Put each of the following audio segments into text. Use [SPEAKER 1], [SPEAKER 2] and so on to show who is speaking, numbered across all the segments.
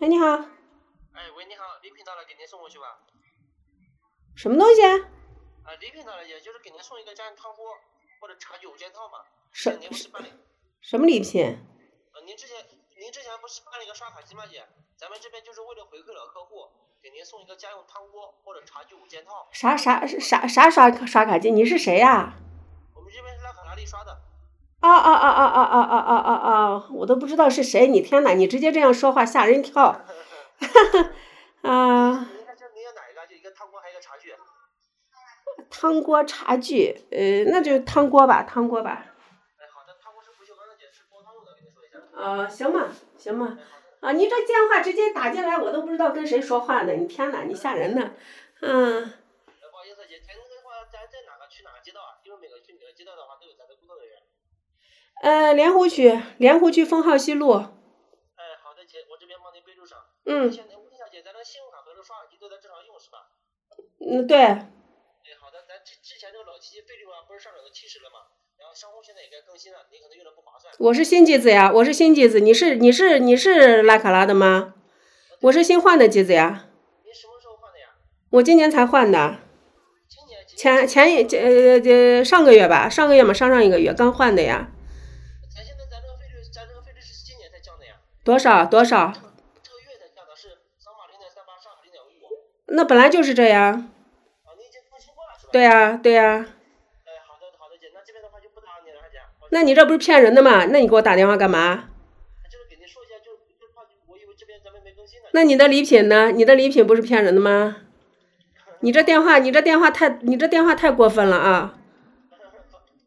[SPEAKER 1] 哎，你好，
[SPEAKER 2] 哎，喂，你好，礼品到了，给您送过去吧。
[SPEAKER 1] 什么东西？
[SPEAKER 2] 啊，礼品到了，也就是给您送一个家用汤锅或者茶酒煎套嘛。
[SPEAKER 1] 什
[SPEAKER 2] 哎您不是办了？
[SPEAKER 1] 什么礼品？
[SPEAKER 2] 呃，您之前您之前不是办了一个刷卡机吗，姐？咱们这边就是为了回馈老客户，给您送一个家用汤锅或者茶酒煎套。
[SPEAKER 1] 啥啥啥啥刷刷卡机？你是谁啊呀、
[SPEAKER 2] 我们这边是拉卡拉利刷的。
[SPEAKER 1] 啊？啊啊啊啊啊啊啊啊啊！我都不知道是谁。你天哪，你直接这样说话吓人一跳。 啊，
[SPEAKER 2] 您看这您要哪一个？就一个汤锅，还有一个茶具。哎
[SPEAKER 1] 汤锅茶具，呃，那就汤锅吧，汤锅吧。
[SPEAKER 2] 哎，好的，汤锅是不锈钢的，姐是煲汤用的，给您说一下。
[SPEAKER 1] 呃，行吧，行吧。
[SPEAKER 2] 哎，好的。
[SPEAKER 1] 啊，你这电话直接打进来，我都不知道跟谁说话呢。你天哪，你吓人呢。嗯、
[SPEAKER 2] 哎，不好意思，姐，前那个话咱在哪个区哪个街道啊？因为每个区每个街道的话都有咱的工作人员。
[SPEAKER 1] 呃，莲湖区，莲湖区丰浩西路。
[SPEAKER 2] 哎，好的，姐，我这边帮您备注上。
[SPEAKER 1] 嗯
[SPEAKER 2] 现在问一下姐，咱的信用卡和这刷卡机都在正常用是吧？
[SPEAKER 1] 嗯，对。
[SPEAKER 2] 哎，好的，咱之之前这个老机费率嘛，不是上涨到七十了嘛？然后商户现在也该更新了，你可能用的不划算。
[SPEAKER 1] 我是新机子呀，我是新机子，你是你是你是拉卡拉的吗？我是新换的机子呀，
[SPEAKER 2] 您什么时候换的呀？
[SPEAKER 1] 我今年才换的，
[SPEAKER 2] 今年今
[SPEAKER 1] 前前一呃呃上个月吧，上个月嘛，上上一个月刚换的呀，
[SPEAKER 2] 咱现在咱这个费率，咱这个费率是今年才降的呀，
[SPEAKER 1] 多少多少？
[SPEAKER 2] 这个月才降的是桑巴零点三八，上海零点五五。
[SPEAKER 1] 那本来就是这样，
[SPEAKER 2] 啊，您已经更新过了是吧？。
[SPEAKER 1] 对呀、对呀、
[SPEAKER 2] 哎，好的好的，姐，那这边的话就不打扰你了，姐。好
[SPEAKER 1] 那你这不是骗人的吗？那你给我打电话干嘛？
[SPEAKER 2] 就是给您说一下，就是就怕我以为这边咱们没 更新呢。
[SPEAKER 1] 那你的礼品呢？你的礼品不是骗人的吗？你这电话你这电话太你这电话太过分了啊！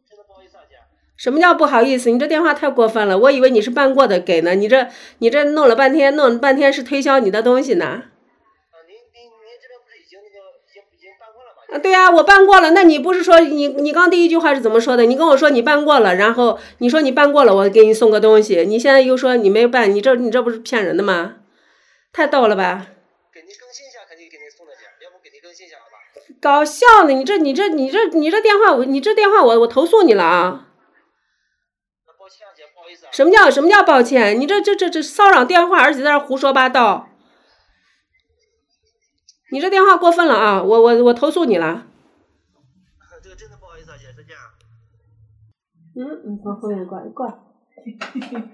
[SPEAKER 2] 真的不好意思啊，姐。
[SPEAKER 1] 什么叫不好意思？你这电话太过分了，我以为你是办过的给呢，你这你这弄了半天，弄了半天是推销你的东西呢。
[SPEAKER 2] 啊，您您您这边不是已经那个已经已经办过了吗？
[SPEAKER 1] 啊，对呀、我办过了。那你不是说你你刚第一句话是怎么说的？你跟我说你办过了，然后你说你办过了，我给你送个东西，你现在又说你没办，你这你这不是骗人的吗？太逗了吧！
[SPEAKER 2] 给您更新一下，肯定给您送的姐，要不给您更新一下好吧？
[SPEAKER 1] 搞笑呢，你这你这你这你这电话，我你这电话我我投诉你了啊！
[SPEAKER 2] 那抱歉啊，姐，不好意思啊。
[SPEAKER 1] 什么叫什么叫抱歉？你这这这这骚扰电话，而且在那儿胡说八道。你这电话过分了啊！我我我投诉你了。
[SPEAKER 2] 这个真的不好意思啊，姐，再见啊。
[SPEAKER 1] 嗯，你从后面过来， 过来，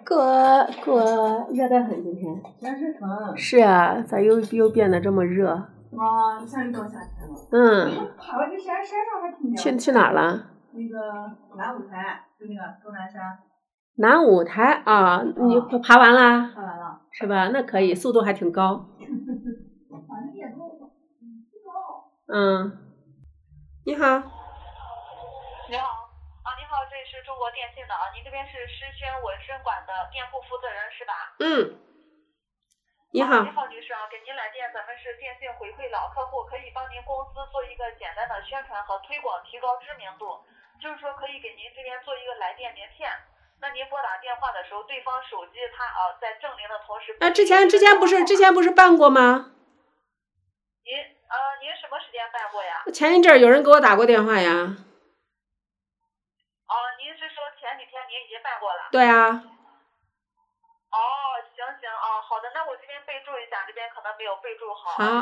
[SPEAKER 1] 过过，热得很今天。
[SPEAKER 3] 全是城啊，
[SPEAKER 1] 是啊，咋又又变得这么热？
[SPEAKER 3] 哦像你到夏天了。
[SPEAKER 1] 嗯，
[SPEAKER 3] 爬过去山山上还挺
[SPEAKER 1] 去去哪儿了？
[SPEAKER 3] 那个南五台，就那个终南山，
[SPEAKER 1] 南五台啊，你爬完啦
[SPEAKER 3] 看完了。
[SPEAKER 1] 是吧？那可以，速度还挺高。
[SPEAKER 3] 反正也都，嗯，不高。
[SPEAKER 1] 嗯，你好，
[SPEAKER 4] 你好，啊，你好，这里是中国电信的啊，您这边是诗轩纹身馆的店铺负责人是吧？
[SPEAKER 1] 嗯，你
[SPEAKER 4] 啊
[SPEAKER 1] 好
[SPEAKER 4] 你，好，女士啊，给您来电，咱们是电信回馈老客户，可以帮您公司做一个简单的宣传和推广，提高知名度，就是说可以给您这边做一个来电名片。那您拨打电话的时候，对方手机它啊在正铃的同时，
[SPEAKER 1] 啊，之前之前不是之前不是办过吗？
[SPEAKER 4] 您呃您什么时间办过呀？
[SPEAKER 1] 前一阵儿有人给我打过电话呀。
[SPEAKER 4] 哦、您是说前几天您已经办过了？
[SPEAKER 1] 对啊，
[SPEAKER 4] 哦，行行哦，好的，那我这边备注一下，这边可能没有备注好，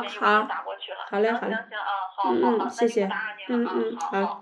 [SPEAKER 1] 好
[SPEAKER 4] 这边一会
[SPEAKER 1] 好
[SPEAKER 4] 儿就打过去了。
[SPEAKER 1] 好嘞
[SPEAKER 4] 行
[SPEAKER 1] 好嘞
[SPEAKER 4] 行行啊，好好
[SPEAKER 1] 嗯嗯
[SPEAKER 4] 好，
[SPEAKER 1] 谢谢
[SPEAKER 4] 那就不打扰您
[SPEAKER 1] 嗯
[SPEAKER 4] 了啊，
[SPEAKER 1] 嗯
[SPEAKER 4] 好好。
[SPEAKER 1] 好，